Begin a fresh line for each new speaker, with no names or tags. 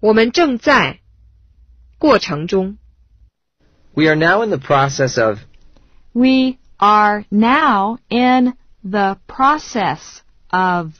我们正在过程中。
We are now in the process of.
We are now in the process of